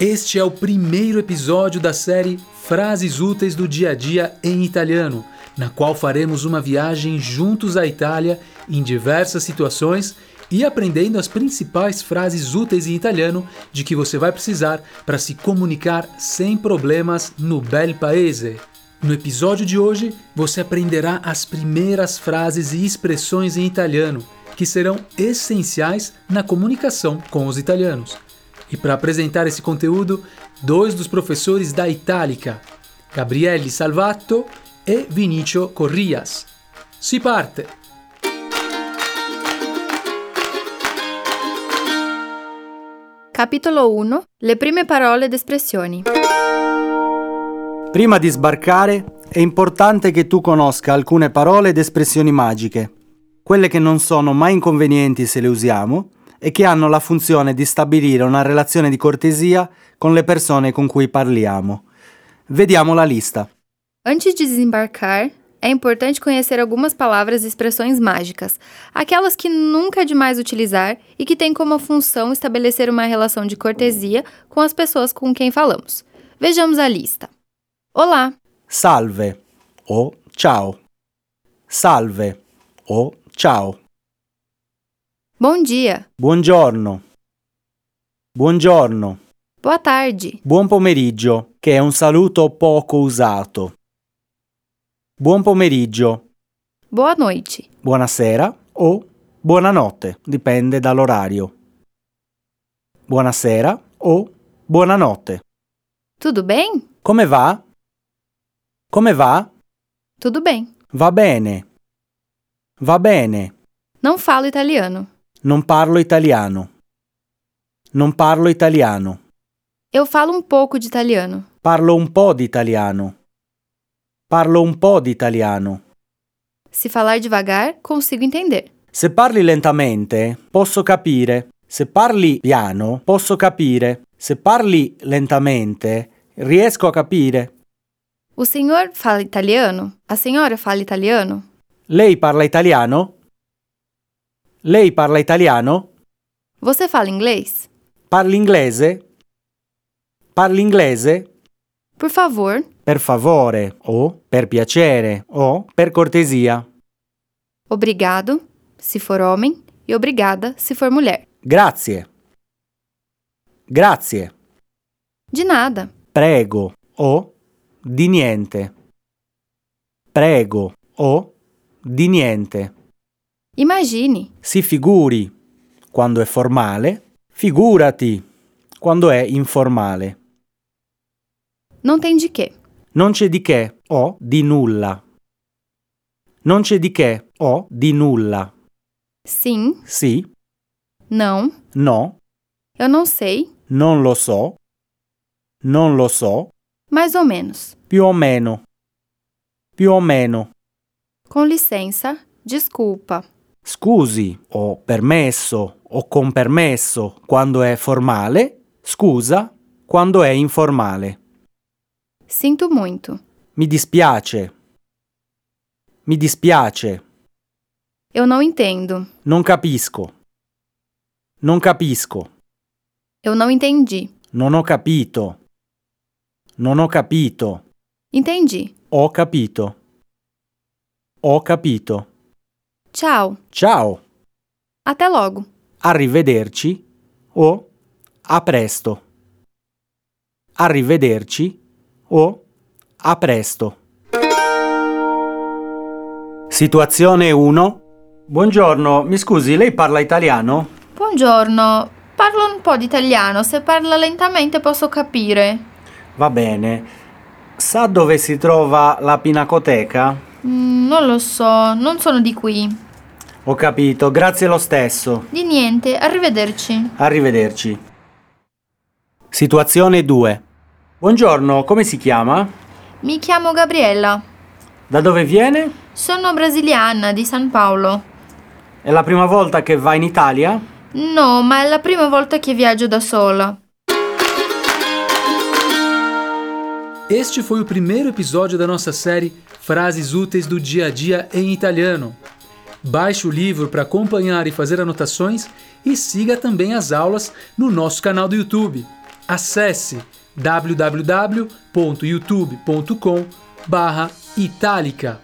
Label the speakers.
Speaker 1: Este é o primeiro episódio da série Frases Úteis do Dia a Dia em Italiano, na qual faremos uma viagem juntos à Itália em diversas situações e aprendendo as principais frases úteis em italiano de que você vai precisar para se comunicar sem problemas no bel paese. No episódio de hoje, você aprenderá as primeiras frases e expressões em italiano que serão essenciais na comunicação com os italianos. E para apresentar esse conteúdo, dois dos professores da Itálica, Gabriele Salvatto e Vinicio Corrias. Si parte!
Speaker 2: Capitolo 1. Le prime um, parole ed espressioni.
Speaker 3: Prima di sbarcare è importante che tu conosca alcune parole ed espressioni magiche, quelle che non sono mai inconvenienti se le usiamo e che hanno la funzione di stabilire una relazione di cortesia con le persone con cui parliamo. Vediamo la lista.
Speaker 2: Antes de desembarcar, é importante conhecer algumas palavras e expressões mágicas, aquelas que nunca é demais utilizar e que têm como função estabelecer uma relação de cortesia com as pessoas com quem falamos. Vejamos a lista. Olá,
Speaker 3: Salve o ciao. Salve o ciao.
Speaker 2: bom dia,
Speaker 3: Buongiorno. Buongiorno.
Speaker 2: boa tarde,
Speaker 3: Buon pomeriggio, che è un saluto poco usato. Buon pomeriggio,
Speaker 2: boa noite,
Speaker 3: buonasera o buonanotte, dipende dall'orario. Buonasera o buonanotte.
Speaker 2: tudo bem?
Speaker 3: Come va? Come va?
Speaker 2: Tudo bem.
Speaker 3: Va bene. Va bene.
Speaker 2: Não falo italiano.
Speaker 3: Non parlo italiano. Non parlo italiano.
Speaker 2: Eu falo um pouco de italiano.
Speaker 3: Parlo un po' di italiano. Parlo un po' di italiano.
Speaker 2: Se falar devagar, consigo entender.
Speaker 3: Se parli lentamente, posso capire. Se parli piano, posso capire. Se parli lentamente, riesco a capire.
Speaker 2: O senhor fala italiano? A senhora fala italiano?
Speaker 3: Lei parla italiano? Lei parla italiano?
Speaker 2: Você fala inglês?
Speaker 3: Parli inglese? Parli inglese?
Speaker 2: Por favor,
Speaker 3: Per favore, o per piacere, o per cortesia.
Speaker 2: obrigado, se for homem, e obrigada, se for mulher.
Speaker 3: Grazie. Grazie.
Speaker 2: De nada.
Speaker 3: Prego o di niente. Prego o di niente.
Speaker 2: Imagine.
Speaker 3: Si figuri quando è formale, figurati quando è informale.
Speaker 2: Não tem de quê.
Speaker 3: Non c'è di che o di nulla. Non c'è di che o di nulla.
Speaker 2: Sim,
Speaker 3: Sì,
Speaker 2: não,
Speaker 3: no,
Speaker 2: eu não sei,
Speaker 3: non lo so, non lo so,
Speaker 2: mais ou menos.
Speaker 3: più o meno. Più o meno.
Speaker 2: Com licença, desculpa.
Speaker 3: Scusi o permesso o con permesso quando è formale, scusa quando è informale.
Speaker 2: Sinto muito.
Speaker 3: Mi dispiace. Mi dispiace.
Speaker 2: Eu não entendo.
Speaker 3: Non capisco. Non capisco.
Speaker 2: Eu não entendi.
Speaker 3: Non ho capito. Non ho capito.
Speaker 2: Entendi.
Speaker 3: Ho capito. Ho capito.
Speaker 2: Tchau.
Speaker 3: Ciao.
Speaker 2: Até logo.
Speaker 3: Arrivederci o a presto. Arrivederci o a presto. Situazione 1. Buongiorno, mi scusi, lei parla italiano?
Speaker 4: Buongiorno, parlo un po' di italiano, se parla lentamente posso capire.
Speaker 3: Va bene. Sa dove si trova la pinacoteca?
Speaker 4: Mm, non lo so, non sono di qui.
Speaker 3: Ho capito, grazie lo stesso.
Speaker 4: Di niente, arrivederci.
Speaker 3: Arrivederci. Situazione 2. Buongiorno, come si chiama?
Speaker 4: Mi chiamo Gabriella,
Speaker 3: Da dove viene?
Speaker 4: sono brasiliana di San Paolo.
Speaker 3: È la prima volta che va in Italia?
Speaker 4: No, ma è la prima volta che viaggio da sola.
Speaker 1: Este foi o primeiro episódio da nossa série Frases Úteis do Dia a Dia em Italiano. Baixe o livro para acompanhar e fazer anotações e siga também as aulas no nosso canal do YouTube. Acesse www.youtube.com/italica.